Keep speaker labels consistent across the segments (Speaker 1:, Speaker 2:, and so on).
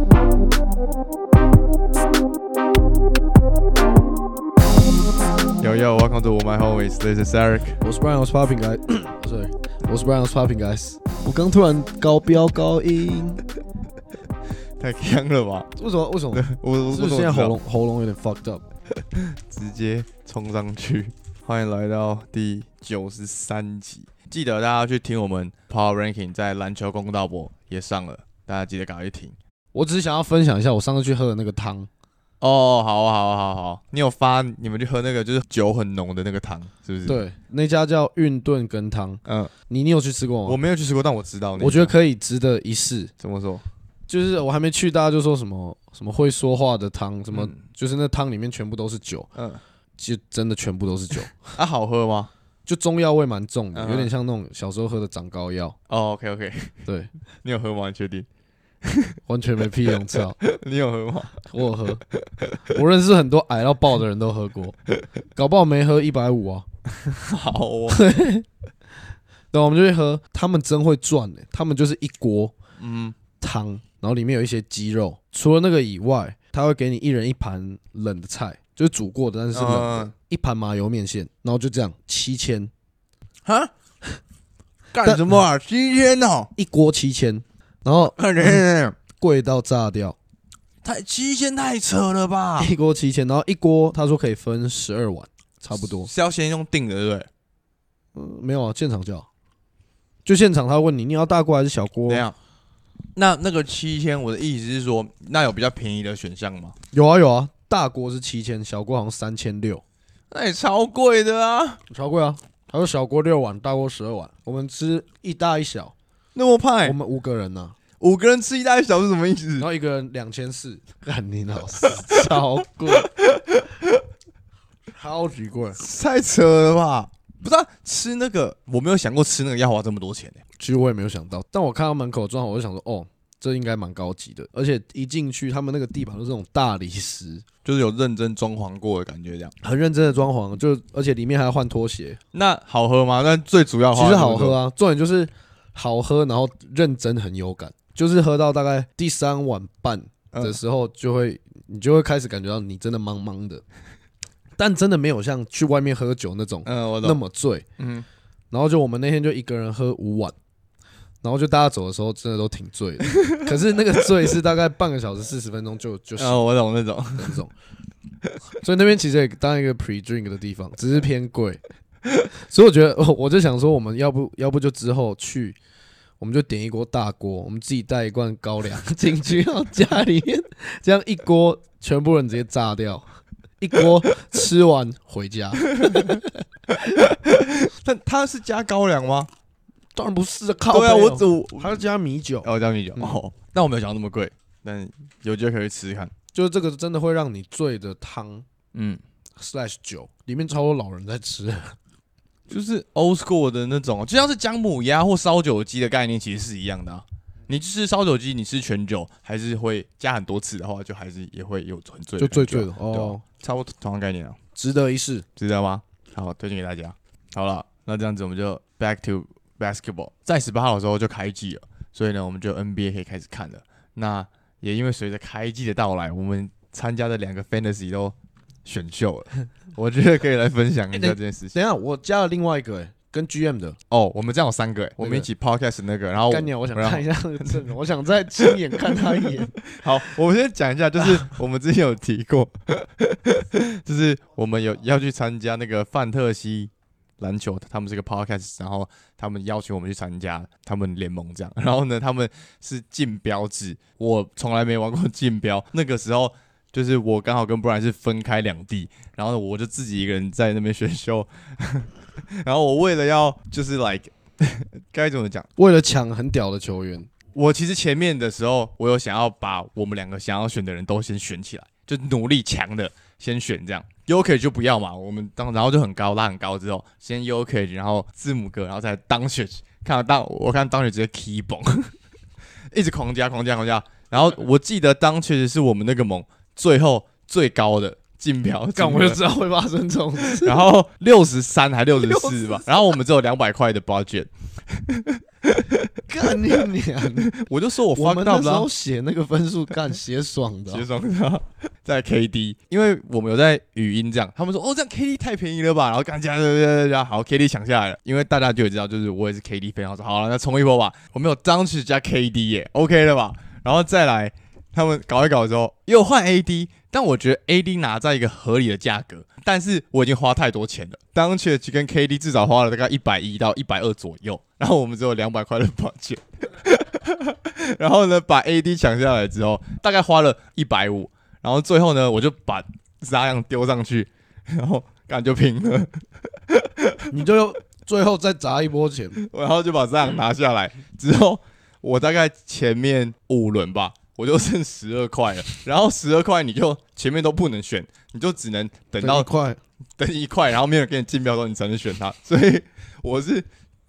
Speaker 1: Yo yo, welcome to My Homies. This is Eric.
Speaker 2: 我是 Brian，我是 Popping Guy，sorry，我是 Brian，我是 Popping Guys。我刚突然高飙高音，
Speaker 1: 太强了吧！
Speaker 2: 为什么？为什么？
Speaker 1: 我我
Speaker 2: 是不
Speaker 1: 我怎么
Speaker 2: 是现在
Speaker 1: 知
Speaker 2: 喉
Speaker 1: 道
Speaker 2: 咙喉咙有点 fucked up？
Speaker 1: 直接冲上去。欢迎来到第九十三集，记得大家去听我们 Power Ranking 在篮球公道博也上了，大家记得赶快去听。
Speaker 2: 我只是想要分享一下我上次去喝的那个汤，
Speaker 1: 哦，好啊，好啊，好啊好啊你有发你们去喝那个就是酒很浓的那个汤，是不是？，
Speaker 2: 对，那家叫运顿羹汤，
Speaker 1: 嗯，
Speaker 2: 你你有去吃过
Speaker 1: 我
Speaker 2: 吗？
Speaker 1: 没有去吃过，但我知道那家。
Speaker 2: 我觉得可以值得一试，
Speaker 1: 怎么说？
Speaker 2: 就是我还没去，大家就说什么什么会说话的汤，什么、
Speaker 1: 嗯
Speaker 2: 就是那汤里面全部都是酒，
Speaker 1: 嗯，
Speaker 2: 就真的全部都是酒，
Speaker 1: 啊，好喝吗？
Speaker 2: 就中药味蛮重的，
Speaker 1: 嗯
Speaker 2: 有点像那种小时候喝的长高药，
Speaker 1: 哦，OK OK，
Speaker 2: 对，
Speaker 1: 你有喝吗？你确定？
Speaker 2: 完全没屁用，知道。
Speaker 1: 你有喝吗？
Speaker 2: 我有喝， 我认识很多矮到爆的人都喝过，搞不好没喝一百五啊。
Speaker 1: 好 哦，
Speaker 2: 对，我们就去喝，他们真会赚、欸、他们就是一锅
Speaker 1: 嗯，
Speaker 2: 汤，然后里面有一些鸡肉，除了那个以外，他会给你一人一盘冷的菜，就是煮过的，但是是冷的，
Speaker 1: 嗯
Speaker 2: 一盘麻油面线，然后就这样七千
Speaker 1: 哈，啊干什么啊？今天哦，嗯
Speaker 2: 一锅七千，然后
Speaker 1: 看人
Speaker 2: 贵到炸掉，
Speaker 1: 太七千太扯了吧？
Speaker 2: 一锅七千，然后一锅他说可以分十二碗，差不多，
Speaker 1: 是要先用定的，对不对？
Speaker 2: 嗯没有啊，现场叫。就现场他问你，你要大锅还是小锅啊
Speaker 1: 怎？样？那那个七千，我的意思是说，那有比较便宜的选项吗？
Speaker 2: 有啊有啊，大锅是七千，小锅好像三千六，
Speaker 1: 那也超贵的啊！
Speaker 2: 超贵啊。他说小锅六碗，大锅十二碗，我们吃一大一小，
Speaker 1: 那么
Speaker 2: 我
Speaker 1: 胖，
Speaker 2: 们五个人呢、
Speaker 1: 五个人吃一大一小是什么意思
Speaker 2: 然？后一个人两千四，干你老师，超贵，超级贵。
Speaker 1: 太扯了吧！不是、啊、吃那个，我没有想过吃那个要花这么多钱呢、欸
Speaker 2: 其实我也没有想到，但我看到门口的装潢，我就想说，哦，这应该蛮高级的。而且一进去，他们那个地板都是那种大理石，
Speaker 1: 就是有认真装潢过的感觉，这样。
Speaker 2: 很认真的装潢，就而且里面还要换拖鞋，
Speaker 1: 那好喝吗？但最主要
Speaker 2: 其实好喝
Speaker 1: 啊，
Speaker 2: 啊，重点就是好喝，然后认真很有感，就是喝到大概第三碗半的
Speaker 1: 嗯
Speaker 2: 时候，就会、你就会开始感觉到你真的茫茫的，但真的没有像去外面喝酒那种、
Speaker 1: 嗯，我
Speaker 2: 那
Speaker 1: 懂。
Speaker 2: 么醉。
Speaker 1: 嗯，
Speaker 2: 然后就我们那天就一个人喝五碗，然后就大家走的时候真的都挺 醉的，可是那个醉是大概半个小时四十分钟就 就醒
Speaker 1: 嗯，我懂那种。
Speaker 2: 的那种，所以那边其实也当一个 pre drink 的地方，只是偏贵。所以我觉得， 我我就想说，我们要不要不就之后去，我们就点一锅大锅，我们自己带一罐高粱进去，然后家里面这样一锅，全部人直接炸掉， 一锅吃完回家。
Speaker 1: 但它是加高粱吗？
Speaker 2: 当然不是啊，靠
Speaker 1: 对啊，
Speaker 2: 背哦
Speaker 1: 我只我
Speaker 2: 还要加米酒，
Speaker 1: 哦，江米酒
Speaker 2: 嗯
Speaker 1: 哦，但我没有想到那么贵，但有机会可以吃吃看。
Speaker 2: 就是这个真的会让你醉的汤
Speaker 1: 嗯，
Speaker 2: slash 酒，里面超多老人在吃。
Speaker 1: 就是 old school 的那种，啊就像是姜母鸭或烧酒鸡的概念，其实是一样的、啊。你吃烧酒鸡，你吃全酒，还是会加很多次的话，就还是也会有很醉的
Speaker 2: 就
Speaker 1: 感觉
Speaker 2: 醉
Speaker 1: 啊，
Speaker 2: 醉的
Speaker 1: 对
Speaker 2: 哦，
Speaker 1: 差不多同样概念啊，
Speaker 2: 值得一试。
Speaker 1: 知道吗？好，推荐给大家。好了，那这样子我们就 back to basketball，在十八号的时候就开季了，所以呢，我们就 NBA 可以开始看了。那也因为随着开季的到来，我们参加的两个 fantasy 都选秀 了，我觉得可以来分享一下这件事情。
Speaker 2: 等一下，我加了另外一个、欸，跟 GM 的。
Speaker 1: 哦，我们这样有三个、欸，我们一起 podcast 那个，然后
Speaker 2: 干啊鸟，我想
Speaker 1: 然后
Speaker 2: 看一下那个阵容，我 想再亲眼看他一眼。
Speaker 1: 好，我们先讲一下，就是我们之前有提过， 就是我们有要去参加那个范特西篮球，他们是个 podcast，然后他们邀请我们去参加他们联盟这样， 然后呢，他们是竞标制，我从来没玩过竞标，那个时候。就是我刚好跟 Brian 是分开两地，然后呢，我就自己一个人在那边选秀， 然后我为了要就是 like 该怎么讲，
Speaker 2: 为了抢很屌的球员，
Speaker 1: 我其实前面的时候，我有想要把我们两个想要选的人都先选起来，就努力强的先选这样。UK 就不要嘛，我们当然后就很高拉很高之后，先 UK，然后字母哥，然后再当选。看到当我看当选直接 key 崩， 一直狂加狂加狂加。然后我记得当确实是我们那个盟最后最高的竞标，
Speaker 2: 干我就知道会发生这种事。
Speaker 1: 然后六十三 还六十四吧，然后我们只有两百块的 budget，
Speaker 2: 干你娘！
Speaker 1: 我就说我
Speaker 2: 我
Speaker 1: fucked
Speaker 2: 们那
Speaker 1: up
Speaker 2: 时
Speaker 1: 啦
Speaker 2: 候，写那个分数干 写爽的
Speaker 1: 结
Speaker 2: 哦，
Speaker 1: 束他啊 在 KD，因为我们有在语音这样，他们说哦这样 KD 太便宜了吧，然后干加加加加加，好 KD 抢下来了，因为大家就也知道，就是我也是 KD 非常说好了那冲一波吧，我们有张弛加 KD 耶，OK 了吧，然后再来他们搞一搞之后又换 AD，但我觉得 AD 拿在一个合理的价格，但是我已经花太多钱了。当去跟 KD 至少花了大概一百一到一百二左右，然后我们只有两百块的保险，然后呢把 AD 抢下来之后，大概花了一百五，然后最后呢我就把扎样丢上去，然后感觉平了，
Speaker 2: 你就最后再砸一波钱，
Speaker 1: 然后就把扎样拿下来之后，我大概前面五轮吧。我就剩十二块了，然后十二块你就前面都不能选，你就只能等到
Speaker 2: 一块，
Speaker 1: 等一块，然后没有人给你竞标的时候，你才能选它。所以我是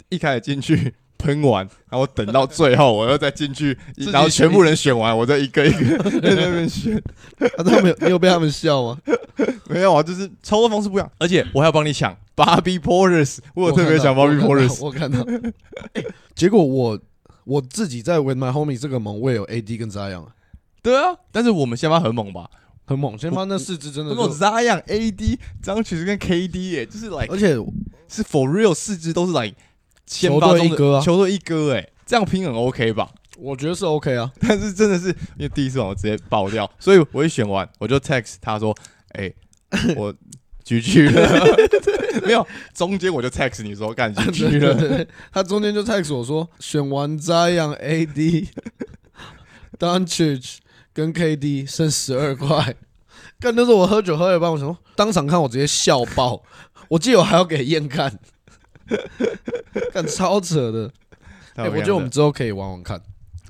Speaker 1: 一开始进去喷完，然后等到最后，我又再进去，
Speaker 2: 自己
Speaker 1: 然后全部人选完，我再一个一个 在那边选。
Speaker 2: 啊，他们有你有被他们笑 吗？
Speaker 1: 没有啊，就是操作方式不一样，而且我还要帮你 抢 Barbie Porus，我有特别想
Speaker 2: 包
Speaker 1: Barbie Porus，
Speaker 2: 我看到，我 看到哎结果我我自己在 With My Homie 这个盟，我也有 AD 跟扎样，
Speaker 1: 对啊，但是我们先发很 猛吧，
Speaker 2: 很猛，先发那四支真的
Speaker 1: 那种
Speaker 2: 就，
Speaker 1: 扎样 AD 张曲是跟 KD 耶，就是 like
Speaker 2: 而且
Speaker 1: 是 for real 四支都是 like 先发
Speaker 2: 球队
Speaker 1: 中
Speaker 2: 一哥
Speaker 1: 的
Speaker 2: 啊
Speaker 1: 球队一哥哎，这样拼很 OK 吧？
Speaker 2: 我觉得是 OK 啊，
Speaker 1: 但是真的是因为第一次玩我直接爆掉，所以我一选完我就 text 他说：“哎、 我 GG 了。” 没有，中间我就 text 你说干 GG
Speaker 2: 对
Speaker 1: 了，
Speaker 2: 对对，他中间就 text 我说，选完啊扎样 AD、d u n c h i c 跟 KD 剩十二块。干那时候我喝酒喝了一半，我想说当场看我直接笑爆，我记得我还要给燕看， 干超扯的。哎、
Speaker 1: 太 有
Speaker 2: 我
Speaker 1: 样
Speaker 2: 觉得我们
Speaker 1: 子
Speaker 2: 之后可以玩玩看。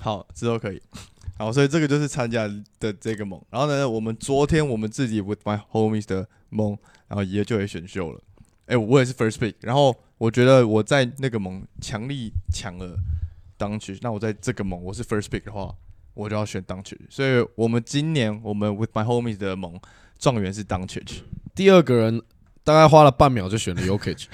Speaker 1: 好之后可以。 好，所以这个就是参加的这个梦。然后呢，我们昨天我们自己 with my homies 的梦，然后也就也选秀了。哎、我也是 first pick。然后我觉得我在那个盟强力抢了当曲，那我在这个盟我是 first pick 的话，我就要选当曲。所以我们今年我们 with my homies 的盟状元是当曲。
Speaker 2: 第二个人大概花了半秒就选了 Yokich，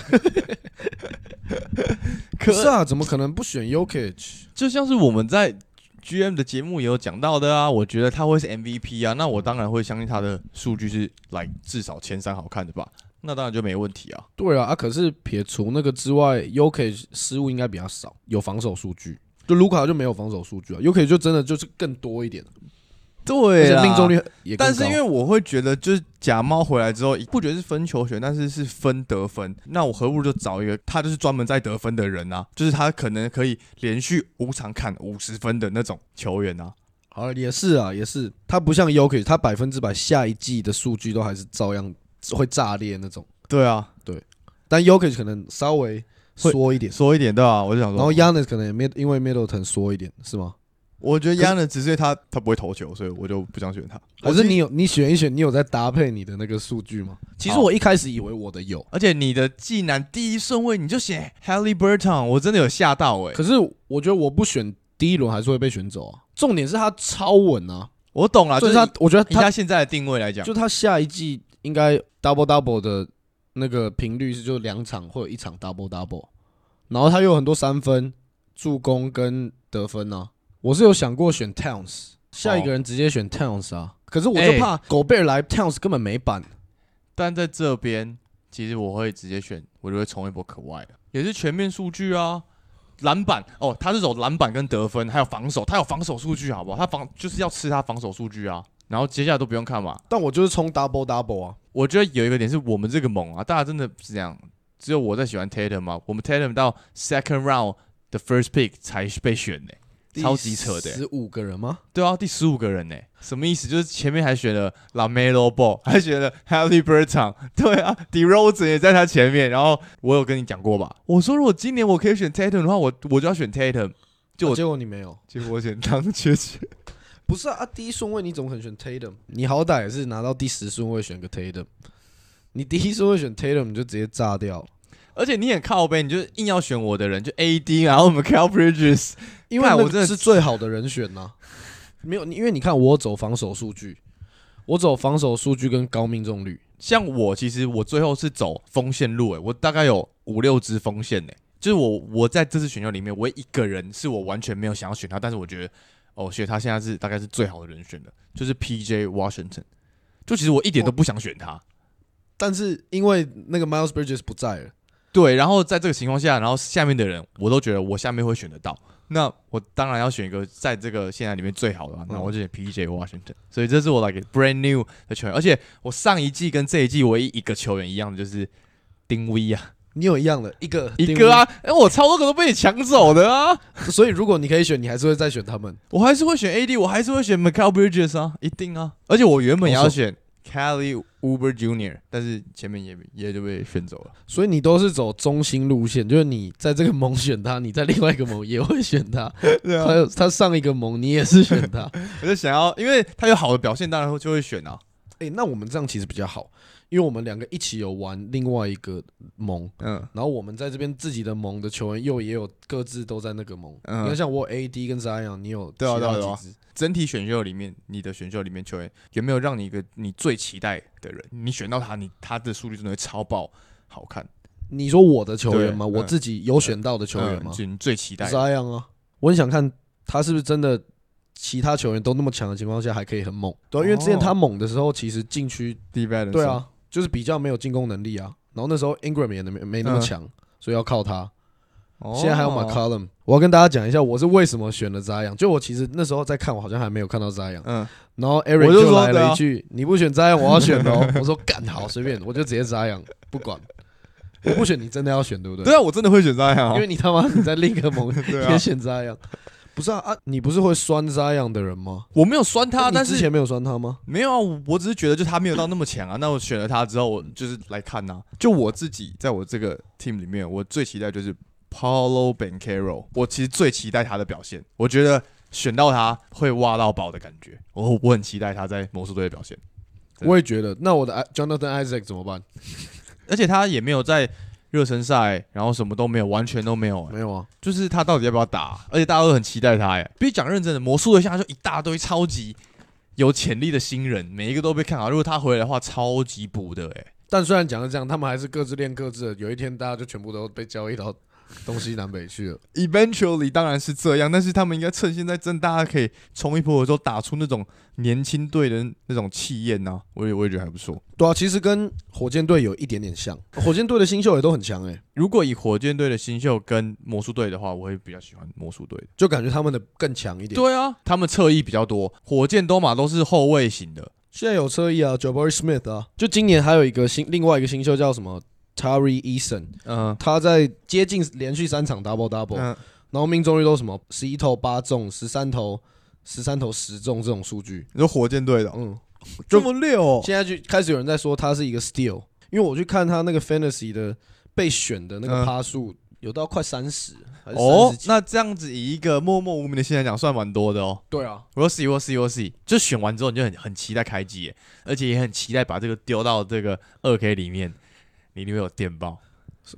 Speaker 2: 可是啊，怎么可能不选 Yokich？
Speaker 1: 就像是我们在 GM 的节目也有讲到的啊，我觉得他会是 MVP 啊，那我当然会相信他的数据是来至少前三好看的吧，那当然就没问题啊。
Speaker 2: 对啊，啊，可是撇除那个之外，Yokich 失误应该比较少，有防守数据。就卢卡就没有防守数据啊，Yokich 就真的就是更多一点，而
Speaker 1: 对啊
Speaker 2: 且命中率也更
Speaker 1: 但是
Speaker 2: 高
Speaker 1: 因为我会觉得，就是假猫回来之后，不觉得是分球权，但是是分得分。那我何不如就找一个他就是专门在得分的人啊，就是他可能可以连续五场砍五十分的那种球员啊。
Speaker 2: 好了也是啊，也是他不像 Yokich，他百分之百下一季的数据都还是照样会炸裂那种，
Speaker 1: 对啊，
Speaker 2: 但 Yokich 可能稍微
Speaker 1: 会
Speaker 2: 缩一点，
Speaker 1: 说一点对啊，我就想说，
Speaker 2: 然后 Yanis 可能也没因为 Middleton 缩一点是吗？
Speaker 1: 我觉得
Speaker 2: 可是
Speaker 1: Yan 只是因为他他不会投球，所以我就不想选他。
Speaker 2: 可
Speaker 1: 我
Speaker 2: 是你有你选一选，你有在搭配你的那个数据吗？其实
Speaker 1: 好
Speaker 2: 我一开始以为我的有，
Speaker 1: 而且你的技能第一顺位你就写 Halliburton，我真的有吓到哎、
Speaker 2: 可是我觉得我不选第一轮还是会被选走啊。重点是他超稳啊，
Speaker 1: 我懂了，
Speaker 2: 就
Speaker 1: 就是是
Speaker 2: 他
Speaker 1: 他，
Speaker 2: 我觉得
Speaker 1: 以他
Speaker 2: 他
Speaker 1: 现在的定位来讲，
Speaker 2: 就他下一季应该 double double 的那个频率是就两场或者一场 double double，然后他又有很多三分、助攻跟得分啊。我是有想过选 Towns，下一个人直接选 Towns 啊。可是我就
Speaker 1: 哎
Speaker 2: 怕狗贝尔来 Towns 根本没板，
Speaker 1: 但在这边其实我会直接选，我就会冲一波可外的，也是全面数据啊，篮板哦，他是走篮板跟得分，还有防守，他有防守数据好不好？他防就是要吃他防守数据啊，然后接下来都不用看嘛。
Speaker 2: 但我就是冲 double double 啊。
Speaker 1: 我觉得有一个点是我们这个猛啊，大家真的是这样，只有我在喜欢 Tatum 嘛，我们 Tatum 到 second round 的 first pick 才被选呢、超级扯的欸
Speaker 2: 十五个人吗？
Speaker 1: 对啊，第十五个人呢、什么意思？就是前面还选了 Lamelo Ball，还 选了 Halliburton，对啊 d e r o z e 也在他前面。然后我有跟你讲过吧？我说如果今年我可以选 Tatum 的话，我我就要选 Tatum。就
Speaker 2: 啊
Speaker 1: 我
Speaker 2: 结果你没有。
Speaker 1: 结果我选当缺缺，
Speaker 2: 不是啊，啊第一顺位你怎么可能选 Tatum？你好歹也是拿到第十顺位选个 Tatum，你第一顺位选 Tatum 你就直接炸掉，
Speaker 1: 而且你很靠背，你就硬要选我的人，就 AD，然后我们 Cal Bridges，
Speaker 2: 因为
Speaker 1: 干
Speaker 2: 那
Speaker 1: 我
Speaker 2: 个
Speaker 1: 真的
Speaker 2: 啊是最好的人选呐、没有，因为你看我有走防守数据，我走防守数据跟高命中率。
Speaker 1: 像我其实我最后是走锋线路、欸，我大概有五六支锋线呢、就是我我在这次选秀里面，唯一一个人是我完全没有想要选他，但是我觉得哦，选他现在是大概是最好的人选了，就是 P.J. Washington。就其实我一点都不想选他，
Speaker 2: 但是因为那个 Miles Bridges 不在了，
Speaker 1: 对。然后在这个情况下，然后下面的人我都觉得我下面会选得到，那我当然要选一个在这个现在里面最好的、啊，那我就选 P.J. Washington。所以这是我 like brand new 的球员，而且我上一季跟这一季唯一一个球员一样的就是丁威啊，
Speaker 2: 你有一样的一个
Speaker 1: 一个啊，哎、我超多个都被你抢走的啊。
Speaker 2: 定位，所以如果你可以选，你还是会再选他们。
Speaker 1: 我还是会选 AD，我还是会选 m i c a e l Bridges 啊，一定啊！而且我原本也要选 Cali Uber Junior，但是前面也也就被选走了。
Speaker 2: 所以你都是走中心路线，就是你在这个盟选他，你在另外一个盟也会选他，
Speaker 1: 对啊
Speaker 2: 还，有他上一个盟你也是选他。
Speaker 1: 我就想要，因为他有好的表现，当然就会选啊。
Speaker 2: 诶，那我们这样其实比较好，因为我们两个一起有玩另外一个盟，
Speaker 1: 嗯
Speaker 2: 然后我们在这边自己的盟的球员又也有各自都在那个盟。你看，
Speaker 1: 嗯，
Speaker 2: 像我有 AD 跟 Zion，你有
Speaker 1: 对啊
Speaker 2: 其
Speaker 1: 对啊
Speaker 2: 他
Speaker 1: 对啊
Speaker 2: 几支
Speaker 1: 整体选秀里面，你的选秀里面球员有没有让你一个你最期待的人？你选到他，你他的数据真的会超爆好看。
Speaker 2: 你说我的球员吗？
Speaker 1: 对嗯
Speaker 2: 我自己有选到的球员吗
Speaker 1: 嗯？就你最期待的。
Speaker 2: ？Zion 啊，我很想看他是不是真的，其他球员都那么强的情况下还可以很猛。对啊、因为之前
Speaker 1: 哦
Speaker 2: 他猛的时候，其实禁区
Speaker 1: d e v a l
Speaker 2: 对，啊，就是比较没有进攻能力啊。然后那时候 Ingram 也没没那么
Speaker 1: 嗯
Speaker 2: 强，所以要靠他。
Speaker 1: 哦
Speaker 2: 现在还有 McCollum，我要跟大家讲一下我是为什么选了 Zion。就我其实那时候在看，我好像还没有看到 Zion。
Speaker 1: 嗯，
Speaker 2: 然后 Eric
Speaker 1: 我就说
Speaker 2: 来
Speaker 1: 对
Speaker 2: 了
Speaker 1: 啊
Speaker 2: 一句：“你不选 Zion，我要选哦。” 我说：“干好，随便，我就直接 Zion，不管。我不选，你真的要选对不对？
Speaker 1: 对啊，我真的会选这样啊，
Speaker 2: 因为你他妈你在另一个盟
Speaker 1: 对啊
Speaker 2: 也选 Zion，不是啊啊？你不是会酸 Zion 的人吗？
Speaker 1: 我没有酸他，
Speaker 2: 你
Speaker 1: 啊但是
Speaker 2: 之前没有酸他吗？
Speaker 1: 没有啊，我我只是觉得就他没有到那么强啊。 那我选了他之后，我就是来看呐、就我自己在我这个 team 里面，我最期待就是 Paulo Banquero，我其实最期待他的表现。我觉得选到他会挖到宝的感觉，我我很期待他在魔术队的表现。对
Speaker 2: 我也觉得。那我的 I- Jonathan Isaac 怎么办？
Speaker 1: 而且他也没有在热身赛，然后什么都没有，完全都没有、欸
Speaker 2: 没有啊，
Speaker 1: 就是他到底要不要打？而且大家都很期待他、欸。哎，必须讲认真的，魔术队现在就一大堆超级有潜力的新人，每一个都被看好。如果他回来的话，超级补的、欸，哎。
Speaker 2: 但虽然讲是这样，他们还是各自练各自的。有一天大家就全部都被交易到东西南北去了。
Speaker 1: Eventually 当然是这样，但是他们应该趁现在正大家可以冲一波的时候，打出那种年轻队的那种气焰呐、我也我也觉得还不错。
Speaker 2: 对啊，其实跟火箭队有一点点 像，火箭队的新秀也都很强诶、欸
Speaker 1: 如果以火箭队的新秀跟魔术队的话，我会比较喜欢魔术队的。
Speaker 2: 就感觉他们的更强一点。
Speaker 1: 对啊，他们侧翼比较多，火箭都嘛都是后卫型的。
Speaker 2: 现在有车翼啊 j a b a r i Smith 啊，就今年还有一个新另外一个新秀叫什么 Tari Eason，
Speaker 1: 嗯
Speaker 2: 他在接近连续三场 double double，、
Speaker 1: 嗯，
Speaker 2: 然后命中率都什么十一投八中、十三投十三投十中这种数据。
Speaker 1: 你说火箭队的哦
Speaker 2: 嗯，
Speaker 1: 这么溜、哦？
Speaker 2: 现在就开始有人在说他是一个 steal，因为我去看他那个 fantasy 的被选的那个
Speaker 1: 嗯
Speaker 2: 趴数有到快三十还是三
Speaker 1: 哦
Speaker 2: 十几？，
Speaker 1: 那这样子以一个默默无名的新来讲，算蛮多的哦。
Speaker 2: 对啊，
Speaker 1: 我说 C，我说 C，我说 C，就选完之后你就很很期待开机耶，而且也很期待把这个丢到这个二 K 里面，你一定会有电爆。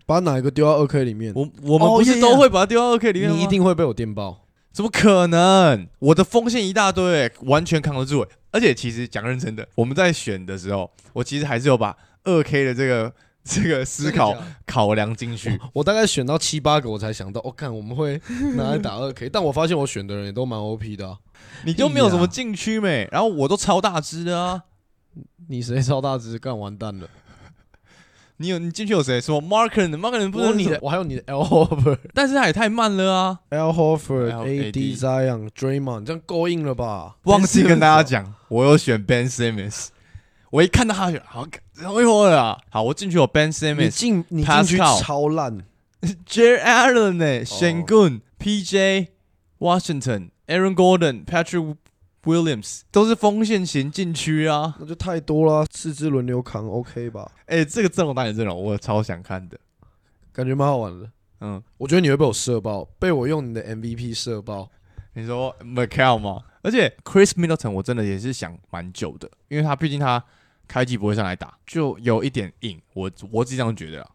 Speaker 2: 把哪一个丢到二 K 里面，
Speaker 1: 我我们
Speaker 2: 哦
Speaker 1: 不是
Speaker 2: 耶耶
Speaker 1: 都会把它丢到二 K 里面吗？
Speaker 2: 你一定会被我电爆。
Speaker 1: 怎么可能？我的锋线一大堆耶，完全扛得住耶。而且其实讲认真的，我们在选的时候，我其实还是有把二 K 的这个这个思考
Speaker 2: 真的假的
Speaker 1: 考量进去。
Speaker 2: 我大概选到七八个，我才想到，我、哦、看我们 会拿来打二 K，但我发现我选的人也都蛮 OP 的、啊。
Speaker 1: 你就没有什
Speaker 2: 屁
Speaker 1: 么
Speaker 2: 啦
Speaker 1: 禁区没？然后我都超大只的啊！
Speaker 2: 你谁超大只，干完蛋了。
Speaker 1: 你有你进去有谁说 Marken？Marken 不
Speaker 2: 不是
Speaker 1: 是
Speaker 2: 你的，，我还有你的 L Hofer、
Speaker 1: 但是他也太慢了啊！
Speaker 2: L Hofer、
Speaker 1: Al
Speaker 2: AD
Speaker 1: AD
Speaker 2: Zion、Draymond，这样够硬了吧？
Speaker 1: 忘记跟大家
Speaker 2: 讲。
Speaker 1: 讲，我有选 Ben Simmons。我一看到他就好，好一会儿啊！好，我进去有 Ben
Speaker 2: 你
Speaker 1: Simmons、
Speaker 2: 进你进去
Speaker 1: Pascal
Speaker 2: 超烂，
Speaker 1: Jer Allen 呢、s h a n g u n PJ Washington、Aaron Gordon、Patrick Williams 都是锋线型禁区啊！
Speaker 2: 那就太多了啊，四支轮流扛，OK 吧？
Speaker 1: 哎、这个阵容打野阵容我超想看的。
Speaker 2: 感觉蛮好玩的。
Speaker 1: 嗯，
Speaker 2: 我觉得你会被我射爆，被我用你的 MVP 射爆。
Speaker 1: 你说 m i c a e l 吗？而且 Chris Middleton 我真的也是想蛮久的，因为他毕竟他开季不会上来打，就有一点硬，我我自己这样觉得啊。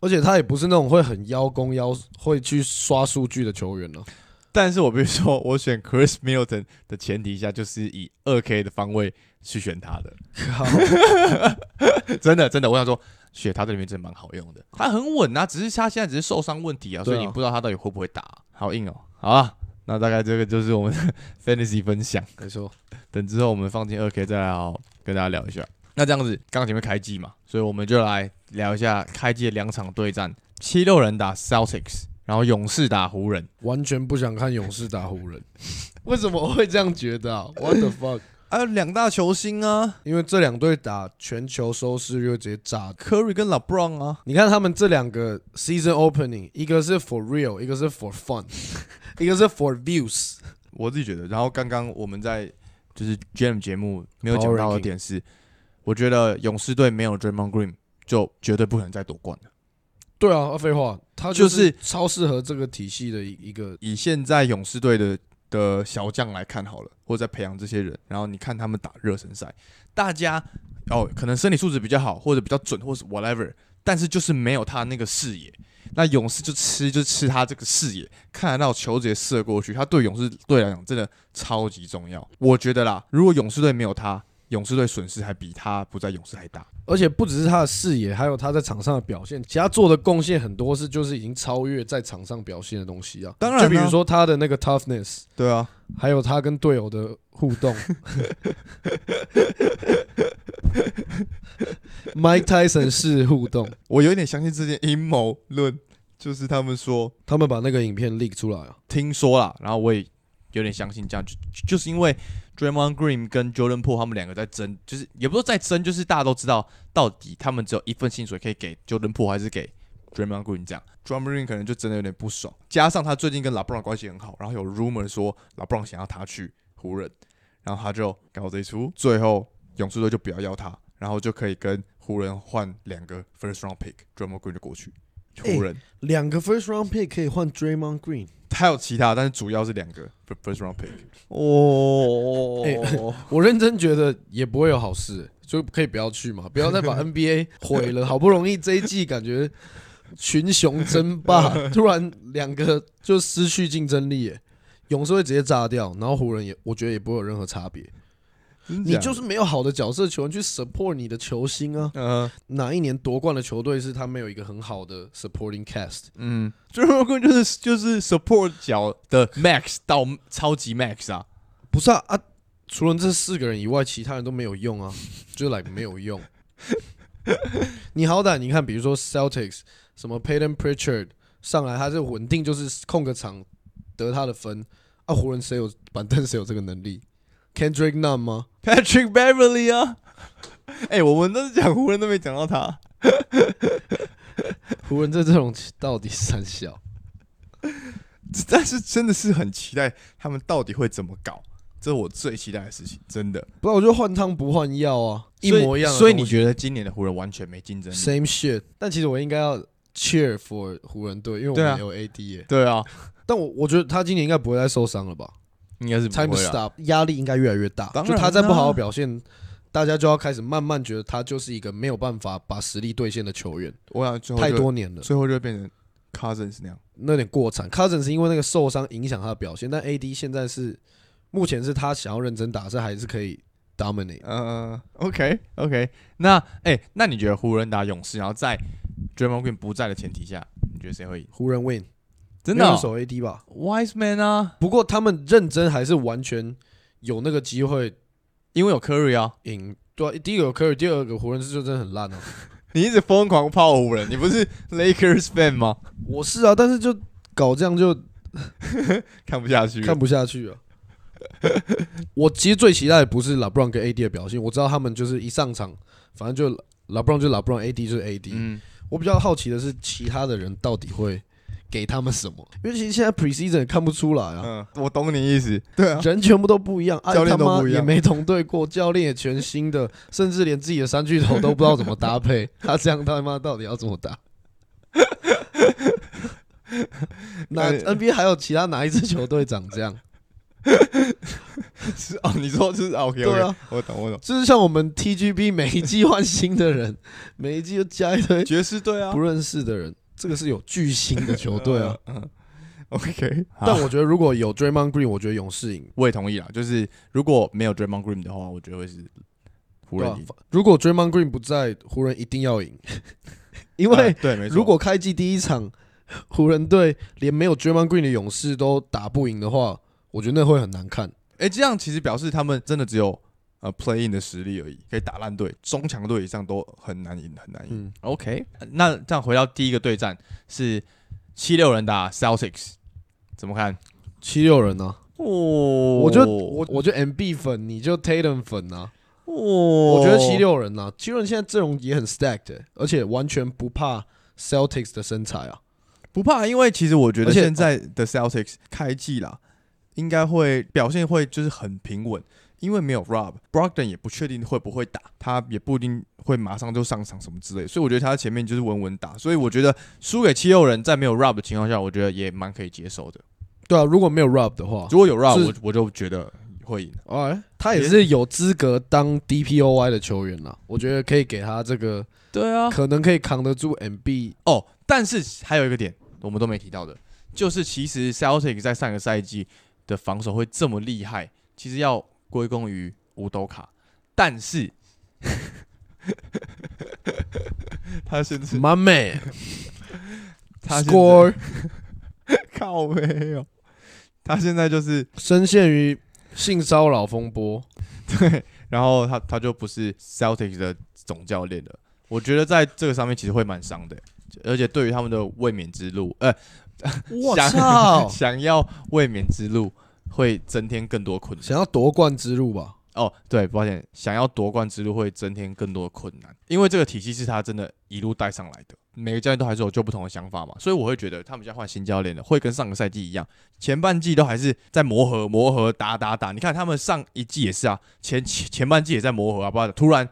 Speaker 2: 而且他也不是那种会很邀功邀会去刷数据的球员啊呢、
Speaker 1: 但是我必须说，我选 Chris Middleton 的前提下，就是以二 K 的方位去选它的。
Speaker 2: 靠，
Speaker 1: 真的真的，我想说，雪他这里面真的蛮好用的，他很稳啊，只是他现在只是受伤问题啊，所以
Speaker 2: 对啊
Speaker 1: 你不知道他到底会不会打，好硬哦。好啊，那大概这个就是我们的 fantasy 分享，
Speaker 2: 没错，
Speaker 1: 等之后我们放进二 K 再来好好跟大家聊一下。那这样子，刚刚前面开季嘛，所以我们就来聊一下开季的两场对战：七六人打 Celtics，然后勇士打湖人。
Speaker 2: 完全不想看勇士打湖人，为什么我会这样觉得啊？What the fuck？
Speaker 1: 啊，两大球星啊
Speaker 2: 因为这两队打全球收视率会直接炸。
Speaker 1: ，Curry 跟 LeBron 啊，
Speaker 2: 你看他们这两个 season opening，一个是 for real，一个是 for fun，一 个是 for views。
Speaker 1: 我自己觉得。然后刚刚我们在就是 Jam 节目没有讲
Speaker 2: Power
Speaker 1: 到的
Speaker 2: ranking
Speaker 1: 点是，我觉得勇士队没有 Draymond Green 就绝对不可能再夺冠了。
Speaker 2: 对啊，废话，他
Speaker 1: 就是
Speaker 2: 超适合这个体系的一一个。
Speaker 1: 以现在勇士队的的小将来看好了，或者在培养这些人，然后你看他们打热身赛，大家哦可能身体素质比较好，或者比较准，或是 whatever，但是就是没有他那个视野。那勇士就吃就吃他这个视野，看得到球直接射过去，他对勇士队来讲真的超级重要。我觉得啦，如果勇士队没有他，勇士队损失还比他不在勇士还大。
Speaker 2: 而且不只是他的视野，还有他在场上的表现，其他做的贡献很多是就是已经超越在场上表现的东西啊。
Speaker 1: 当然啊
Speaker 2: 就比如说他的那个 toughness，
Speaker 1: 对啊，
Speaker 2: 还有他跟队友的互 动。Mike Tyson 是互动，
Speaker 1: 我有点相信这件阴谋论，就是他们说
Speaker 2: 他们把那个影片 leak 出来啊。
Speaker 1: 听说啦，然后我也有点相信这样，就就就是因为 Draymond Green 跟 Jordan Poole 他们两个在争，就是也不是说在争，就是大家都知道到底他们只有一份薪水可以给 Jordan Poole 还是给 Draymond Green 这样，Draymond Green 可能就真的有点不爽，加上他最近跟 LeBron 关系很好，然后有 rumor 说 LeBron 想要他去湖人，然后他就搞这一出，最后勇士队就不要要他，然后就可以跟湖人换两个 first round pick，Draymond Green 就过去
Speaker 2: 哎
Speaker 1: 湖人。
Speaker 2: 两个 first round pick 可以换 Draymond Green，
Speaker 1: 还有其他，但是主要是两个 fir- first round pick。哦
Speaker 2: 哎我认真觉得也不会有好事，就可以不要去嘛，不要再 把 NBA 毁了。好不容易这一季感觉群雄争 霸，突然两个就失去竞争力耶，勇士会直接炸掉，然后湖人也我觉得也不会有任何差别。 你就是没有好的角色球员去 support 你的球星啊，
Speaker 1: 嗯
Speaker 2: 哪一年夺冠的球队是他没有一个很好的 supporting cast？
Speaker 1: 嗯，最后棍就是就是 support 角的 max 到超级 max 啊，
Speaker 2: 不是啊啊，除了这四个人以外，其他人都没有用啊， 就是 like 没有用。你好歹你看，比如说 Celtics 什么 Payton Pritchard 上来，他是稳定就是控个场得他的分啊，湖人谁有板凳谁有这个能力？Kendrick Nunn 吗？
Speaker 1: Patrick Beverly 啊。哎、我们都是讲湖人都没讲到他，
Speaker 2: 湖人在这种到底三小？
Speaker 1: 但是真的是很期待他们到底会怎么搞，这是我最期待的事情，真的
Speaker 2: 不然我就换汤不换药啊，一模一样的
Speaker 1: 所以。所以
Speaker 2: 东
Speaker 1: 你
Speaker 2: 西
Speaker 1: 觉得今年的湖人完全没竞争力？
Speaker 2: same shit？但其实我应该要 cheer for 湖人队，因为我
Speaker 1: 对啊
Speaker 2: 们有 AD 耶、
Speaker 1: 对啊，
Speaker 2: 但我我觉得他今年应该不会再受伤了吧？
Speaker 1: 应该是不
Speaker 2: time to
Speaker 1: 会啊。
Speaker 2: stop，压力应该越来越大。
Speaker 1: 当然啊
Speaker 2: 就
Speaker 1: 啦
Speaker 2: 他再不好好表现，大家就要开始慢慢觉得他就是一个没有办法把实力兑现的球员，
Speaker 1: 我想最后
Speaker 2: 太
Speaker 1: 就
Speaker 2: 多年了，
Speaker 1: 最后就会变成 Cousins 那样。
Speaker 2: 那有点过惨。Cousins 是因为那个受伤影响他的表现，但 AD 现在是目前是他想要认真打，是还是可以 dominate。
Speaker 1: 呃，OK OK，那哎、那你觉得湖人打勇士，然后在 Draymond Green 不在的前提下，你觉得谁会赢？
Speaker 2: 湖人 win，
Speaker 1: 真的、
Speaker 2: 没有人
Speaker 1: 哦、
Speaker 2: 守 AD 吧？
Speaker 1: ，Wise Man 啊，
Speaker 2: 不过他们认真还是完全有那个机会
Speaker 1: 因为有 Curry 啊，
Speaker 2: 赢。对、啊，第一个有 Curry，第二个湖人是就真的很烂啊。
Speaker 1: 你一直疯狂泡湖人，你不是 Lakers fan 吗？
Speaker 2: 我是啊，但是就搞这样就
Speaker 1: 看不下去了，
Speaker 2: 看不下 去了。啊我其实最期待的不是 LeBron 跟 AD 的表现，我知道他们就是一上场，反正就 LeBron 就 LeBron，AD 就是 AD。
Speaker 1: 嗯，
Speaker 2: 我比较好奇的是，其他的人到底会给他们什么？因为其实现在 preseason 也看不出来啊，
Speaker 1: 嗯，我懂你意思， 对啊，
Speaker 2: 人全部都不一样，啊
Speaker 1: 教练都
Speaker 2: 他妈
Speaker 1: 不一样
Speaker 2: 也没同队过，教练也全新的， 甚至连自己的三巨头都不知道怎么搭配。 他这样他妈到底要怎么打？ 那
Speaker 1: 哎
Speaker 2: NBA 还有其他哪一支球队长这样？
Speaker 1: 是哦，你说就是 OK
Speaker 2: 对
Speaker 1: OK，、
Speaker 2: 啊
Speaker 1: 我懂我懂，
Speaker 2: 就是像我们 TGB 每一季换新的人， 每一季又加一堆
Speaker 1: 爵士队啊
Speaker 2: 不认识的人，这个是有巨星的球 队啊。
Speaker 1: 嗯，嗯，OK，
Speaker 2: 但
Speaker 1: 好
Speaker 2: 我觉得如果有 Draymond Green，我觉得勇士赢。
Speaker 1: 我也同意啦，就是如果没有 Draymond Green 的话，我觉得会是湖人赢
Speaker 2: 对，啊如果 Draymond Green 不在，湖人一定要赢， 因
Speaker 1: 呃
Speaker 2: 为
Speaker 1: 对，没错，
Speaker 2: 如果开季第一场湖人队连没有 Draymond Green 的勇士都打不赢的话，我觉得那会很难看。
Speaker 1: 哎、这样其实表示他们真的只有呃 play in 的实力而已，可以打烂队，中强队以上都很难赢，很难赢。
Speaker 2: 嗯，
Speaker 1: OK，那这样回到第一个对战是七六人打 Celtics，怎么看？
Speaker 2: 七六人呢、啊？
Speaker 1: 哦，
Speaker 2: 我
Speaker 1: 我
Speaker 2: 就我我就 MB 粉，你就 Tatum 粉啊。
Speaker 1: 哦，
Speaker 2: 我
Speaker 1: 我
Speaker 2: 觉得七六人啊，七六人现在阵容也很 stacked，、欸、而且完全不怕 Celtics 的身材啊。
Speaker 1: 不怕，因为其实我觉得
Speaker 2: 而且哦
Speaker 1: 现在的 Celtics 开季啦，应该会表现会就是很平稳，因为没有 Rob Brogdon 也不确定会不会打，他也不一定会马上就上场什么之类，所以我觉得他前面就是稳稳打，所以我觉得输给七六人在没有 Rob 的情况下，我觉得也蛮可以接受的。
Speaker 2: 对啊，如果没有 Rob 的话，
Speaker 1: 如果有 Rob，
Speaker 2: 是
Speaker 1: 我我就觉得会赢。
Speaker 2: 哎，他也是有资格当 DPOY 的球员啦。我觉得可以给他这个，
Speaker 1: 对啊，
Speaker 2: 可能可以扛得住 MB。
Speaker 1: 哦，但是还有一个点我们都没提到的，就是其实 Celtic 在上个赛季的防守会这么厉害，其实要归功于乌斗卡，但是他现在
Speaker 2: My man,
Speaker 1: 他现在
Speaker 2: score
Speaker 1: 靠没有，他现在就是
Speaker 2: 深陷于性骚扰风波。
Speaker 1: 对，然后他他就不是 Celtic 的总教练了，我觉得在这个上面其实会蛮伤的，而且对于他们的卫冕之路，呃，
Speaker 2: 我
Speaker 1: 想！
Speaker 2: 操
Speaker 1: 想要卫冕之路会增添更多困难。
Speaker 2: 想要夺冠之路吧？
Speaker 1: 哦，对，抱歉，想要夺冠之路会增添更多的困难，因为这个体系是他真的一路带上来的，每个教练都还是有就不同的想法嘛，所以我会觉得他们家换新教练了，会跟上个赛季一样，前半季都还是在磨合磨合打打打，你看他们上一季也是啊，前前前半季也在磨合啊，不然突然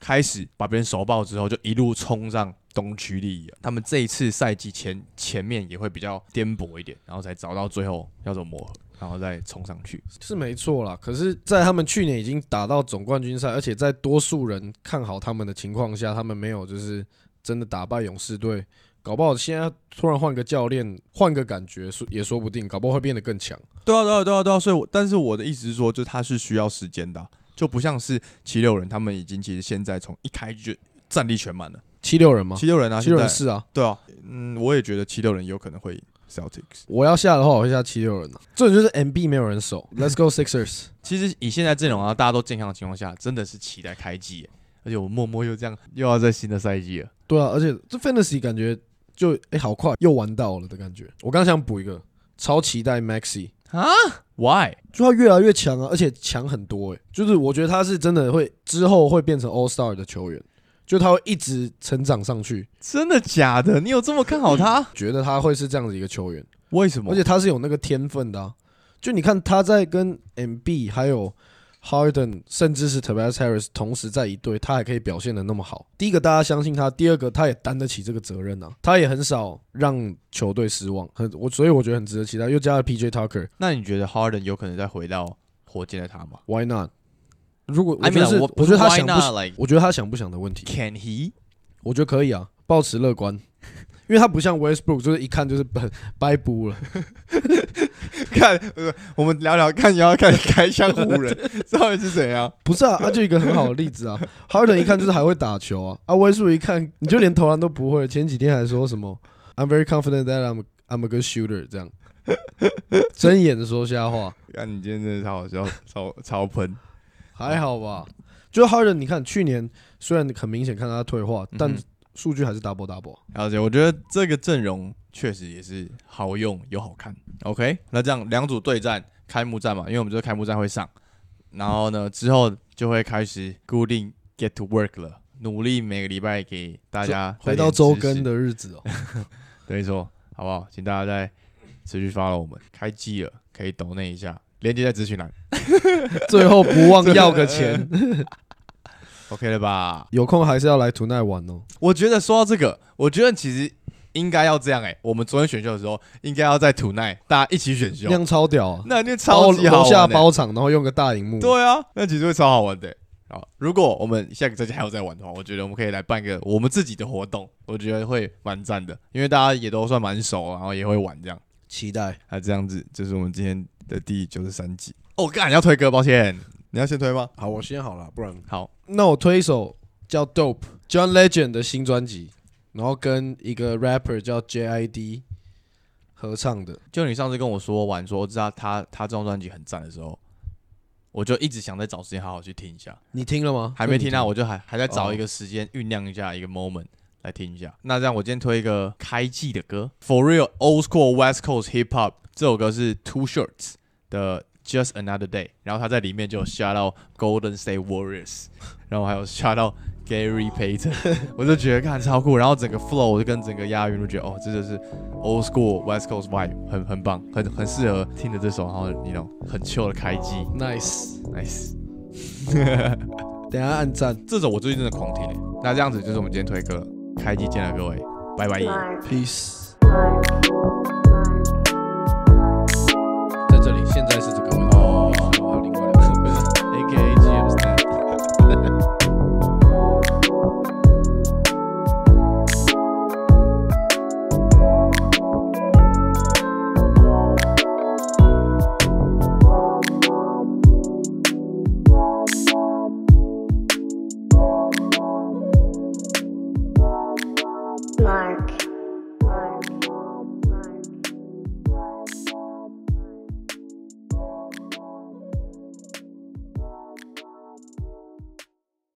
Speaker 1: 开始把别人手爆之后，就一路冲上东区利益了。他们这一次赛季前前面也会比较颠簸一点，然后才找到最后要怎么磨合，然后再冲上去。
Speaker 2: 是没错啦，可是，在他们去年已经打到总冠军赛，而且在多数人看好他们的情况下，他们没有就是真的打败勇士队，搞不好现在突然换个教练，换个感觉说也说不定，搞不好会变得更强。
Speaker 1: 对啊，对啊，对啊，对啊。所以我，但是我的意思是说，就他是需要时间的啊、就不像是七六人，他们已经其实现在从一开就战力全满了。
Speaker 2: 七六人吗？
Speaker 1: 七六人啊，
Speaker 2: 七六人
Speaker 1: 现在
Speaker 2: 是啊，
Speaker 1: 对啊，嗯，我也觉得七六人有可能会赢 Celtics。
Speaker 2: 我要下的话，我会下七六人啊。这种就是 MB 没有人守，Let's go Sixers。
Speaker 1: 其实以现在阵容啊，大家都健康的情况下，真的是期待开季耶。而且我默默又这样，又要在新的赛季了。
Speaker 2: 对啊，而且这 Fantasy 感觉就哎、诶好快又玩到了的感觉。我刚想补一个，超期待 Maxi。
Speaker 1: Why？
Speaker 2: 就他越来越强啊，而且强很多诶、就是我觉得他是真的会之后会变成 All Star 的球员，就他会一直成长上去，
Speaker 1: 真的假的？你有这么看好他？
Speaker 2: 觉得他会是这样的一个球员，
Speaker 1: 嗯为什么？
Speaker 2: 而且他是有那个天分的、啊。就你看他在跟 MB 还有 Harden，甚至是 Tobias Harris 同时在一队，他还可以表现的那么好。第一个大家相信他，第二个他也担得起这个责任啊，他也很少让球队失望，很我所以我觉得很值得期待。又加了 PJ Tucker，Why
Speaker 1: 那你觉得 Harden 有可能再回到火箭的他吗
Speaker 2: not？如果我
Speaker 1: ？I
Speaker 2: 觉
Speaker 1: mean，
Speaker 2: 得是，
Speaker 1: 我
Speaker 2: 我觉得他
Speaker 1: why
Speaker 2: 想不
Speaker 1: not, like
Speaker 2: 我觉得他想不想的问题，
Speaker 1: can he？
Speaker 2: 我觉得可以啊，保持乐观，因为他不像 Westbrook，就是一看就是掰掰补了。
Speaker 1: 看，呃，我们聊聊看，你要看开箱湖人到底是怎 样？
Speaker 2: 不是啊，他、就一个很好的例子啊。Harden 一看就是还会打球啊，啊 Westbrook 一看你就连投篮都不会。前几天还说什么 I'm very confident that I'm I'm a good shooter 这样，睁眼说瞎话，
Speaker 1: 看你今天真的超好笑，超超喷。
Speaker 2: 还好吧？就 Harden，你看去年虽然很明显看到他退化，但
Speaker 1: 嗯哼
Speaker 2: 数据还是 double double。
Speaker 1: 而且我觉得这个阵容确实也是好用又好看。OK，那这样两组对战，开幕战嘛，因为我们这个开幕战会上，然后呢之后就会开始固定 get to work 了，努力每个礼拜给大家
Speaker 2: 回到周更
Speaker 1: 的，
Speaker 2: 的日子哦，
Speaker 1: 等于说好不好？请大家再持续 follow 我们，开机了可以抖那一下，链接在资讯栏
Speaker 2: 最后不忘要个钱，
Speaker 1: ，OK 了吧？
Speaker 2: 有空还是要来 Tonight 玩哦。
Speaker 1: 我觉得说到这个，我觉得其实应该要这样哎、我们昨天选秀的时候，应该要在土奈大家一起选秀
Speaker 2: 那，样超屌啊！
Speaker 1: 那就超级好
Speaker 2: 楼
Speaker 1: 玩、
Speaker 2: 下
Speaker 1: 欸。
Speaker 2: 包场，然后用个大荧幕。
Speaker 1: 对啊，那其实会超好玩的欸、好，如果我们下个赛季还有在玩的话，我觉得我们可以来办个我们自己的活动，我觉得会蛮赞的，因为大家也都算蛮熟，然后也会玩这样。
Speaker 2: 期待
Speaker 1: 那这样子就是我们今天的第九十三集。哦，干要推歌，抱歉，你要先推吗？
Speaker 2: 好，我先好了，不然
Speaker 1: 好，
Speaker 2: 那我推一首叫 Dope John Legend 的新专辑，然后跟一个 rapper 叫 JID 合唱的。
Speaker 1: 就你上次跟我说完说，知道他他这张专辑很赞的时候，我就一直想再找时间好好去听一下，
Speaker 2: 你听了吗？
Speaker 1: 还没听到，
Speaker 2: 那你
Speaker 1: 我就还还在找一个时间酝酿一下一个 moment 来听一下。哦那这样我今天推一个开季的歌，For Real Old School West Coast Hip Hop 这首歌是 Two Shirts 的 Just Another Day，然后他在里面就有 shout out Golden State Warriors，然后还有 shout out Gary Payton，我就觉得看超酷，然后整个 flow 我就跟整个押韵都觉得哦，这就是 Old School West Coast vibe，很很棒，很很适合听着这首，然后你 know 很 chill 的开机
Speaker 2: 听 Nice，
Speaker 1: ，nice。
Speaker 2: 等一下按赞
Speaker 1: 这首我最近真的狂听、欸。那这样子就是我们今天推歌，开机见了各位，拜拜。
Speaker 2: ，Peace。在这里，现在是这个味道。
Speaker 1: 哦
Speaker 2: 我还有另外两首
Speaker 1: A K A G M s t a n
Speaker 3: Smart.